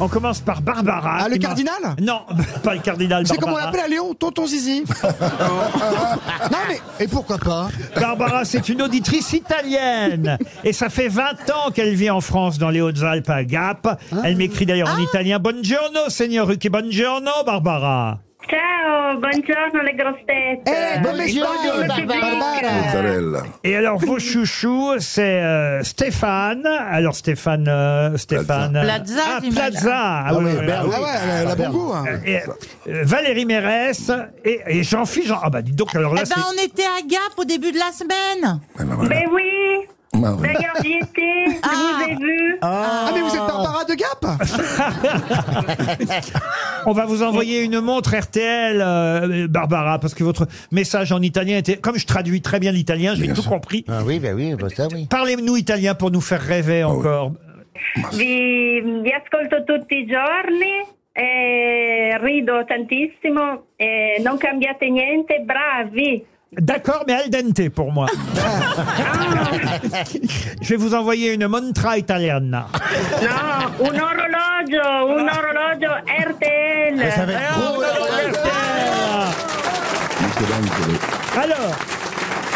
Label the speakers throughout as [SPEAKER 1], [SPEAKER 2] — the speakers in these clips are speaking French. [SPEAKER 1] On commence par Barbara.
[SPEAKER 2] Ah, le
[SPEAKER 1] qui m'a-
[SPEAKER 2] cardinal
[SPEAKER 1] Non, pas le cardinal.
[SPEAKER 2] C'est comme on
[SPEAKER 1] Barbara.
[SPEAKER 2] l'appelle à Léon, tonton Zizi. non mais, et pourquoi pas
[SPEAKER 1] Barbara, c'est une auditrice italienne. Et ça fait 20 ans qu'elle vit en France, dans les Hautes-Alpes, à Gap.
[SPEAKER 2] Ah.
[SPEAKER 1] Elle m'écrit d'ailleurs en italien Buongiorno, Seigneur Ruki. Buongiorno, Barbara.
[SPEAKER 3] Ciao, buongiorno le grosse tête.
[SPEAKER 2] Eh, come stai,
[SPEAKER 4] Euh,
[SPEAKER 2] Barbara
[SPEAKER 5] Mozzarella.
[SPEAKER 4] eh
[SPEAKER 1] Et alors, vos chouchous, c'est euh, Stéphane. Alors, Stéphane. euh, Stéphane.
[SPEAKER 4] Plaza,
[SPEAKER 1] Ah,
[SPEAKER 4] j'imagine.
[SPEAKER 1] Plaza. Ah, oui, oui, oui,
[SPEAKER 2] Ah
[SPEAKER 1] oui.
[SPEAKER 2] ouais, elle a- elle a bon goût. hein.
[SPEAKER 1] Et, euh, Valérie Mérès et, et Jean-Philippe. Jean- Ah, bah, dis donc, alors là,
[SPEAKER 4] Eh ben,
[SPEAKER 1] c'est-
[SPEAKER 4] on était à Gap au début de la semaine.
[SPEAKER 5] Ah, bah, voilà.
[SPEAKER 3] Ben oui,
[SPEAKER 5] Ah, oui.
[SPEAKER 3] d'ailleurs j'y étais, je
[SPEAKER 4] Ah.
[SPEAKER 3] vous ai vu.
[SPEAKER 2] Ah mais vous êtes Barbara de Gap
[SPEAKER 1] On va vous envoyer une montre RTL, euh, Barbara, parce que votre message en italien était. Comme je traduis très bien l'italien, j'ai
[SPEAKER 5] Bien
[SPEAKER 1] tout
[SPEAKER 5] sûr.
[SPEAKER 1] compris.
[SPEAKER 6] Ah oui, ben oui, bah ça oui. Ah
[SPEAKER 1] Parlez-nous italien pour nous faire rêver encore.
[SPEAKER 3] Vi, vi ascolto tutti i giorni, e rido tantissimo, e non cambiate niente, bravi.
[SPEAKER 1] D'accord, mais al dente pour moi. Ah. je vais vous envoyer une montra italiana.
[SPEAKER 3] No, un orologio, un orologio RTL.
[SPEAKER 6] Oh,
[SPEAKER 1] Eh, on va le faire.
[SPEAKER 5] Michelangelo.
[SPEAKER 1] Alors.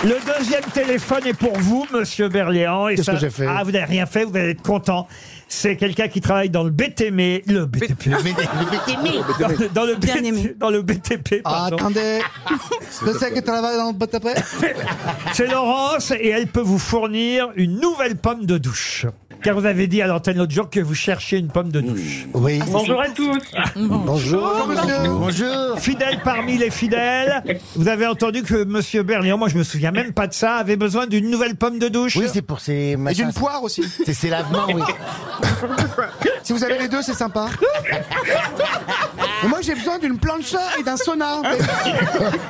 [SPEAKER 1] Le deuxième téléphone est pour vous, Monsieur Berléand. et
[SPEAKER 6] Qu'est-ce
[SPEAKER 1] ça-
[SPEAKER 6] que j'ai fait
[SPEAKER 1] Ah, vous n'avez rien fait, vous allez être content. C'est quelqu'un qui travaille dans le BTM, E, le BTP,
[SPEAKER 6] Le BT- le BTM.
[SPEAKER 1] dans, dans le
[SPEAKER 4] Bien aimé.
[SPEAKER 1] BT, dans le BTP,
[SPEAKER 6] Ah,
[SPEAKER 1] pardon.
[SPEAKER 2] Ah, Attendez, je sais que travaille dans le botte après.
[SPEAKER 1] C'est Laurence et elle peut vous fournir une nouvelle pomme de douche. Car vous avez dit à l'antenne l'autre jour que vous cherchiez une pomme de douche.
[SPEAKER 6] Oui.
[SPEAKER 3] Bonjour à tous.
[SPEAKER 2] Bonjour monsieur
[SPEAKER 6] Bonjour.
[SPEAKER 1] Fidèle parmi les fidèles, vous avez entendu que Monsieur Berléand, moi je me souviens même pas de ça, avait besoin d'une nouvelle pomme de douche.
[SPEAKER 6] Oui, c'est pour ces
[SPEAKER 2] Et
[SPEAKER 6] machins.
[SPEAKER 2] d'une poire aussi.
[SPEAKER 6] C'est ces lavements, oui.
[SPEAKER 2] Si vous avez les deux, c'est sympa. Et moi, j'ai besoin d'une plancha et d'un sauna.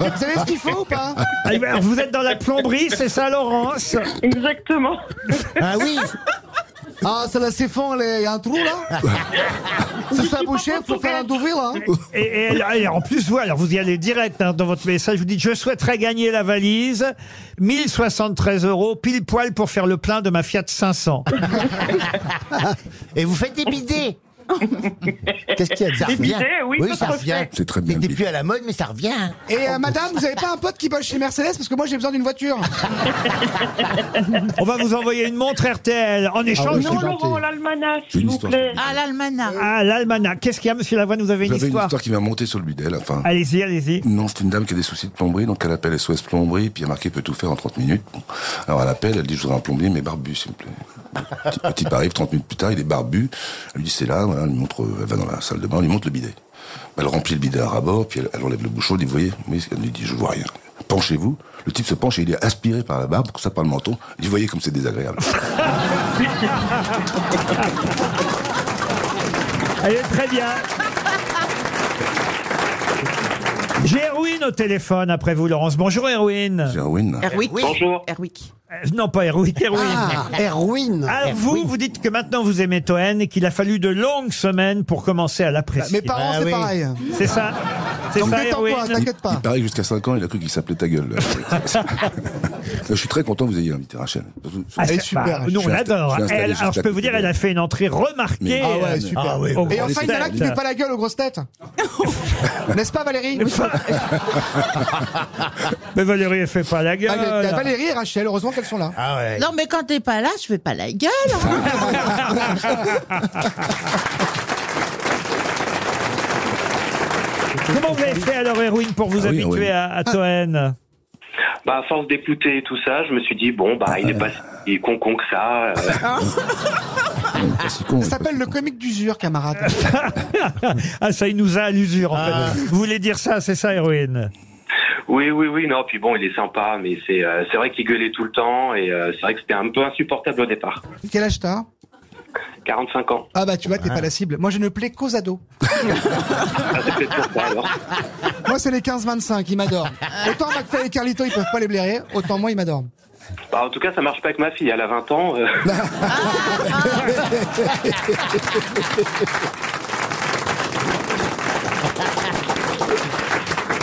[SPEAKER 2] Vous savez ce qu'il faut ou pas
[SPEAKER 1] Ah, eh ben, vous êtes dans la plomberie, c'est ça Laurence
[SPEAKER 3] Exactement.
[SPEAKER 6] Ah oui.
[SPEAKER 2] Ah, ça là, c'est fond, il y a un trou là. Ça se fait boucher, faut faire un d'ouvrir là.
[SPEAKER 1] Et, et elle- elle- en plus, vous, alors vous y allez direct hein, dans votre message, vous dites Je souhaiterais gagner la valise, 1073 euros, pile poil pour faire le plein de ma Fiat 500.
[SPEAKER 6] Et vous faites des bidets. Qu'est-ce qu'il y a de ça revient.
[SPEAKER 3] bidets, oui, tout
[SPEAKER 6] ça
[SPEAKER 3] à fait.
[SPEAKER 6] revient.
[SPEAKER 5] C'est très bien, le
[SPEAKER 6] C'était
[SPEAKER 5] bidet.
[SPEAKER 6] plus à la mode, mais ça revient.
[SPEAKER 2] Et euh, madame, vous avez pas un pote qui bosse chez Mercedes parce que moi, j'ai besoin d'une voiture.
[SPEAKER 1] On va vous envoyer une montre RTL en échange.
[SPEAKER 3] Non, Laurent, l'almanach,
[SPEAKER 5] C'est
[SPEAKER 3] s'il
[SPEAKER 5] une
[SPEAKER 3] vous
[SPEAKER 5] histoire.
[SPEAKER 3] plaît.
[SPEAKER 4] À l'Almanach.
[SPEAKER 7] Euh,
[SPEAKER 1] Ah, l'almanach. Qu'est-ce qu'il y a, monsieur Lavoine Vous avez une
[SPEAKER 5] J'avais une
[SPEAKER 1] histoire.
[SPEAKER 5] histoire qui m'a monté sur le bidet, là. Enfin,
[SPEAKER 1] Allez-y, allez-y.
[SPEAKER 5] non, c'est une dame qui a des soucis de plomberie, donc elle appelle SOS Plomberie, puis elle a marqué peut tout faire en 30 minutes. Bon. Alors elle appelle, elle dit je voudrais un plombier, mais barbu, s'il vous plaît. Le Petit, petit arrive 30 minutes plus tard, il est barbu. Elle lui dit c'est là, voilà, elle, lui montre, elle va dans la salle de bain, elle lui montre le bidet. Elle remplit le bidet à ras-bord, puis elle, elle enlève le bouchon, elle dit vous voyez, oui, elle lui dit je vois rien. Penchez-vous. Le type se penche et il est aspiré par la barbe, ça par le menton. Il dit vous voyez comme c'est désagréable.
[SPEAKER 1] Elle est très bien. J'ai Erwin au téléphone après vous, Laurence. Bonjour, Erwin.
[SPEAKER 5] Gerwin.
[SPEAKER 4] Erwick.
[SPEAKER 8] Bonjour.
[SPEAKER 4] Erwick.
[SPEAKER 1] Euh, Non, pas Erwin, Erwin.
[SPEAKER 6] Erwin.
[SPEAKER 5] Eh
[SPEAKER 1] Alors, Ah, vous, vous dites que maintenant vous aimez Toen et qu'il a fallu de longues semaines pour commencer à l'apprécier.
[SPEAKER 2] Bah, Mes
[SPEAKER 5] Eh
[SPEAKER 2] parents,
[SPEAKER 6] Ah
[SPEAKER 5] Bah ben
[SPEAKER 2] c'est
[SPEAKER 6] oui.
[SPEAKER 2] pareil.
[SPEAKER 1] C'est ça. C'est
[SPEAKER 2] Donc
[SPEAKER 1] ça,
[SPEAKER 2] détends-toi,
[SPEAKER 1] Erwin.
[SPEAKER 2] t'inquiète
[SPEAKER 5] Il,
[SPEAKER 2] pas.
[SPEAKER 5] il paraît que jusqu'à 5 ans, il a cru qu'il s'appelait ta gueule. je suis très content que vous ayez invité Rachel. Surtout- surtout-
[SPEAKER 1] Ah,
[SPEAKER 2] Elle est
[SPEAKER 1] c'est-
[SPEAKER 2] super,
[SPEAKER 1] bah,
[SPEAKER 2] elle est
[SPEAKER 1] nous, on
[SPEAKER 5] super.
[SPEAKER 1] l'adore.
[SPEAKER 5] Je l'ai installée
[SPEAKER 1] Elle-
[SPEAKER 5] juste
[SPEAKER 1] Alors, je
[SPEAKER 5] à
[SPEAKER 1] peux vous
[SPEAKER 5] côté
[SPEAKER 1] dire,
[SPEAKER 5] d'elle.
[SPEAKER 1] elle a fait une entrée remarquée.
[SPEAKER 5] Mais- Ah
[SPEAKER 2] ouais,
[SPEAKER 1] euh,
[SPEAKER 2] super.
[SPEAKER 6] Ah oui,
[SPEAKER 1] au
[SPEAKER 2] Et
[SPEAKER 1] Grand
[SPEAKER 2] enfin, il y en a qui
[SPEAKER 1] Tête.
[SPEAKER 2] ne fait pas la gueule aux grosses têtes. N'est-ce pas, Valérie
[SPEAKER 1] Mais Valérie, elle fait pas la gueule.
[SPEAKER 5] Oh
[SPEAKER 2] Valé- Valérie et Rachel, heureusement qu'elles sont là.
[SPEAKER 6] Ah ouais.
[SPEAKER 4] Non, mais quand t'es pas là, je fais pas la gueule. hein.
[SPEAKER 7] Ah,
[SPEAKER 1] Comment vous avez fait alors, Erwin, pour vous
[SPEAKER 5] Ah oui,
[SPEAKER 1] habituer
[SPEAKER 5] Erwin.
[SPEAKER 1] à, à Toen
[SPEAKER 8] Bah, à force d'écouter tout ça, je me suis dit, bon, bah, il est pas si con con que ça. euh.
[SPEAKER 5] Ouais, pas si con,
[SPEAKER 2] Ça
[SPEAKER 5] pas
[SPEAKER 2] s'appelle
[SPEAKER 5] si
[SPEAKER 2] le
[SPEAKER 5] con.
[SPEAKER 2] comique d'usure, camarade.
[SPEAKER 1] Ah, ça, il nous a à l'usure, en
[SPEAKER 5] Ah.
[SPEAKER 1] fait. Vous voulez dire ça, c'est ça, Erwin
[SPEAKER 8] Oui, oui, oui, non, puis bon, il est sympa, mais c'est euh, c'est vrai qu'il gueulait tout le temps, et euh, c'est vrai que c'était un peu insupportable au départ.
[SPEAKER 2] Quel âge t'as
[SPEAKER 8] 45 ans.
[SPEAKER 2] Ah bah tu vois, t'es pas la cible. Moi, je ne plais qu'aux ados.
[SPEAKER 8] Ah, c'est peut-être pour ça, alors.
[SPEAKER 2] Moi, c'est les 15-25, ils m'adorent. Autant McFly et Carlito, ils peuvent pas les blairer, autant moi, ils m'adorent.
[SPEAKER 8] Bah, en tout cas, ça marche pas avec ma fille, elle a 20 ans. euh.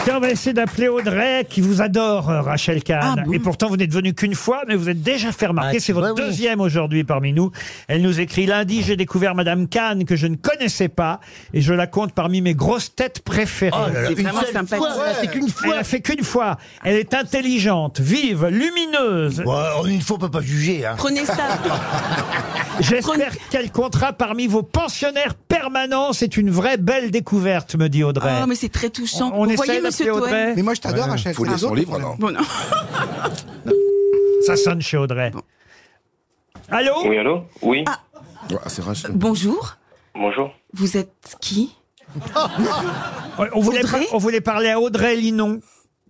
[SPEAKER 1] Tiens, on va essayer d'appeler Audrey, qui vous adore, euh, Rachel Kahn.
[SPEAKER 4] Ah bon
[SPEAKER 1] Et pourtant, vous n'êtes venu qu'une fois, mais vous êtes déjà fait remarquer.
[SPEAKER 6] Ah,
[SPEAKER 1] C'est votre
[SPEAKER 6] bah oui.
[SPEAKER 1] deuxième aujourd'hui parmi nous. Elle nous écrit lundi, j'ai découvert Madame Kahn que je ne connaissais pas et je la compte parmi mes grosses têtes préférées.
[SPEAKER 6] Oh là là,
[SPEAKER 4] C'est
[SPEAKER 6] une
[SPEAKER 4] vraiment
[SPEAKER 6] seule
[SPEAKER 4] sympathique.
[SPEAKER 6] fois, là, c'est qu'une
[SPEAKER 1] Elle
[SPEAKER 6] fois.
[SPEAKER 1] a fait qu'une fois. Elle est intelligente, vive, lumineuse.
[SPEAKER 6] Ouais, en une fois, on peut pas juger. Hein.
[SPEAKER 7] Prenez ça.
[SPEAKER 1] J'espère qu'elle comptera parmi vos pensionnaires permanents. C'est une vraie belle découverte, me dit Audrey.
[SPEAKER 4] Ah,
[SPEAKER 7] Oh, mais c'est très touchant.
[SPEAKER 1] On
[SPEAKER 7] Vous
[SPEAKER 1] essaie
[SPEAKER 7] voyez, monsieur
[SPEAKER 1] d'appeler
[SPEAKER 7] Toen
[SPEAKER 1] Audrey.
[SPEAKER 2] Mais moi, je t'adore, Rachel.
[SPEAKER 5] Faut
[SPEAKER 2] c'est
[SPEAKER 5] lire
[SPEAKER 2] un
[SPEAKER 5] son
[SPEAKER 2] autre
[SPEAKER 5] livre,
[SPEAKER 2] problème.
[SPEAKER 5] alors.
[SPEAKER 7] Bon, non.
[SPEAKER 1] Ça sonne chez Audrey. Allô
[SPEAKER 8] Oui, allô Oui,
[SPEAKER 5] Ouais, ah, c'est Rachel.
[SPEAKER 7] Bonjour.
[SPEAKER 8] bonjour.
[SPEAKER 7] Vous êtes qui
[SPEAKER 1] on voulait,
[SPEAKER 7] Audrey
[SPEAKER 1] par- on voulait parler à Audrey Linon.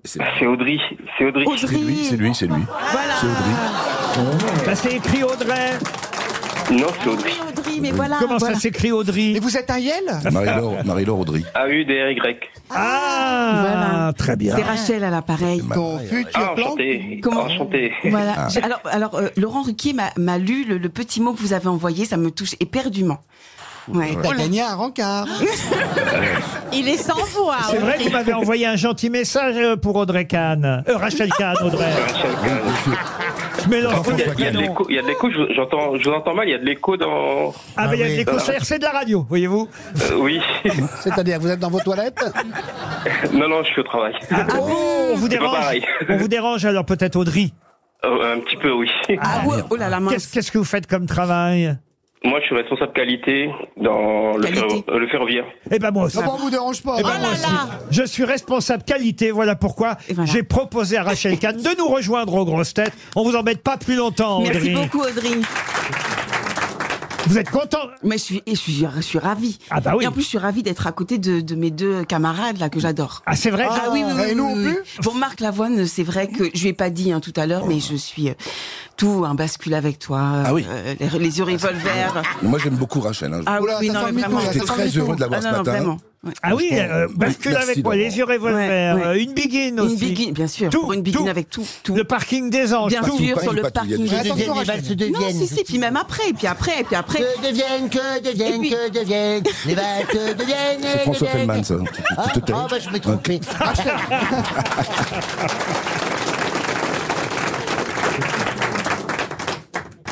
[SPEAKER 5] C'est
[SPEAKER 8] C'est Audrey. C'est Audrey.
[SPEAKER 5] c'est lui, c'est lui, c'est lui. C'est Audrey.
[SPEAKER 1] Ça s'écrit Audrey.
[SPEAKER 8] Non, c'est Audrey.
[SPEAKER 4] Oui, Audrey, mais voilà.
[SPEAKER 1] Comment
[SPEAKER 4] voilà.
[SPEAKER 1] ça s'écrit Audrey
[SPEAKER 2] Mais vous êtes un Yel
[SPEAKER 5] Marie-Laure Marie-Laure Audrey.
[SPEAKER 8] A-U-D-R-Y.
[SPEAKER 1] Ah,
[SPEAKER 7] Voilà.
[SPEAKER 1] très bien.
[SPEAKER 7] C'est Rachel à l'appareil.
[SPEAKER 2] Ton futur
[SPEAKER 8] Ah,
[SPEAKER 2] plan
[SPEAKER 8] enchanté.
[SPEAKER 7] Comment
[SPEAKER 8] Enchanté.
[SPEAKER 7] Voilà. J'ai- Alors, alors euh, Laurent Ruquier m'a- m'a lu le, le petit mot que vous avez envoyé, ça me touche éperdument. Ouais.
[SPEAKER 2] T'as gagné un rencard.
[SPEAKER 4] Il est sans voix.
[SPEAKER 1] C'est vrai que vous m'avez envoyé un gentil message euh, pour Audrey Kahn. Euh, Rachel Kahn, Audrey.
[SPEAKER 8] Rachel Kahn.
[SPEAKER 1] Je mélange tous
[SPEAKER 8] Il y
[SPEAKER 1] les
[SPEAKER 8] a- il y a de
[SPEAKER 1] prénoms.
[SPEAKER 8] l'écho- il y a de l'écho, je- j'entends, je vous entends mal, il y a de l'écho dans...
[SPEAKER 1] Ah, mais il y a
[SPEAKER 6] Ah
[SPEAKER 1] des
[SPEAKER 6] oui.
[SPEAKER 1] concerts, c'est de la radio, voyez-vous.
[SPEAKER 8] Euh, oui.
[SPEAKER 2] C'est-à-dire, vous êtes dans vos toilettes
[SPEAKER 1] Ah.
[SPEAKER 8] non, non, je suis au travail.
[SPEAKER 1] Oh, on vous
[SPEAKER 8] C'est pas
[SPEAKER 1] dérange.
[SPEAKER 8] pareil.
[SPEAKER 1] On vous dérange alors peut-être Audrey.
[SPEAKER 8] Euh, un petit peu, oui.
[SPEAKER 7] Ah ouais, oh là là,
[SPEAKER 1] Qu'est-ce
[SPEAKER 7] mince.
[SPEAKER 1] qu'est-ce que vous faites comme travail
[SPEAKER 8] Moi, je suis responsable qualité dans le,
[SPEAKER 7] Qualité.
[SPEAKER 8] ferro- euh, le ferroviaire.
[SPEAKER 1] Eh ben moi aussi.
[SPEAKER 2] Non, bon, on vous dérange pas.
[SPEAKER 1] Eh ben,
[SPEAKER 4] Oh
[SPEAKER 1] moi
[SPEAKER 4] là
[SPEAKER 1] aussi.
[SPEAKER 4] là.
[SPEAKER 1] Je suis responsable qualité, voilà pourquoi
[SPEAKER 7] Et voilà.
[SPEAKER 1] j'ai proposé à Rachel Kahn de nous rejoindre aux grosses têtes. On vous embête pas plus longtemps, Audrey.
[SPEAKER 7] Merci beaucoup, Audrey.
[SPEAKER 1] Vous êtes content
[SPEAKER 7] Mais je suis, je suis, je suis ravie.
[SPEAKER 1] Ah bah oui.
[SPEAKER 7] Et en plus, je suis ravie d'être à côté de, de mes deux camarades là que j'adore.
[SPEAKER 1] Ah, c'est vrai
[SPEAKER 7] Ah oui, oui, oui.
[SPEAKER 2] et nous,
[SPEAKER 7] oui,
[SPEAKER 2] on
[SPEAKER 7] oui.
[SPEAKER 2] pue
[SPEAKER 7] Bon, Marc Lavoine, c'est vrai que je lui ai pas dit hein, tout à l'heure, mais je suis euh, tout un bascule avec toi.
[SPEAKER 5] Ah oui.
[SPEAKER 7] euh, les, les yeux revolver.
[SPEAKER 5] Mais moi, j'aime beaucoup Rachel. hein.
[SPEAKER 7] Ah oui,
[SPEAKER 2] Oula,
[SPEAKER 7] oui,
[SPEAKER 2] ça
[SPEAKER 7] non,
[SPEAKER 2] sent
[SPEAKER 7] mais
[SPEAKER 2] le mytho,
[SPEAKER 7] vraiment.
[SPEAKER 2] là,
[SPEAKER 5] J'étais
[SPEAKER 2] ça sent
[SPEAKER 5] très
[SPEAKER 2] le mytho.
[SPEAKER 5] heureux de l'avoir
[SPEAKER 7] Ah
[SPEAKER 5] ce
[SPEAKER 7] non, non,
[SPEAKER 5] matin.
[SPEAKER 7] vraiment. Ouais.
[SPEAKER 1] Ah oui, euh, bascule
[SPEAKER 5] Merci
[SPEAKER 1] avec moi,
[SPEAKER 5] d'avoir-
[SPEAKER 1] les yeux revolver,
[SPEAKER 7] Ouais, ouais.
[SPEAKER 1] euh, une begin
[SPEAKER 7] Une
[SPEAKER 1] aussi.
[SPEAKER 7] biguine, bien sûr.
[SPEAKER 1] Tout,
[SPEAKER 7] pour une biguine
[SPEAKER 1] tout.
[SPEAKER 7] avec tout, tout.
[SPEAKER 1] Le parking des anges.
[SPEAKER 7] Bien
[SPEAKER 1] tout.
[SPEAKER 7] sûr,
[SPEAKER 5] pas,
[SPEAKER 7] sur
[SPEAKER 5] il
[SPEAKER 7] le
[SPEAKER 5] est pas tout, il y a
[SPEAKER 7] parking.
[SPEAKER 5] des-
[SPEAKER 6] Que
[SPEAKER 2] Attention,
[SPEAKER 6] deviennent les
[SPEAKER 2] Rachel.
[SPEAKER 6] valses
[SPEAKER 7] Non,
[SPEAKER 6] deviennent.
[SPEAKER 7] si, si, puis même après, et puis après, et puis après.
[SPEAKER 6] Que deviennent, que deviennent,
[SPEAKER 7] puis-
[SPEAKER 6] que deviennent. Les valses deviennent.
[SPEAKER 5] C'est François Feldman,
[SPEAKER 6] deviennent.
[SPEAKER 5] ça. Tu- tu-
[SPEAKER 6] Ah,
[SPEAKER 5] tu te tais.
[SPEAKER 6] ah, bah, je me trompais.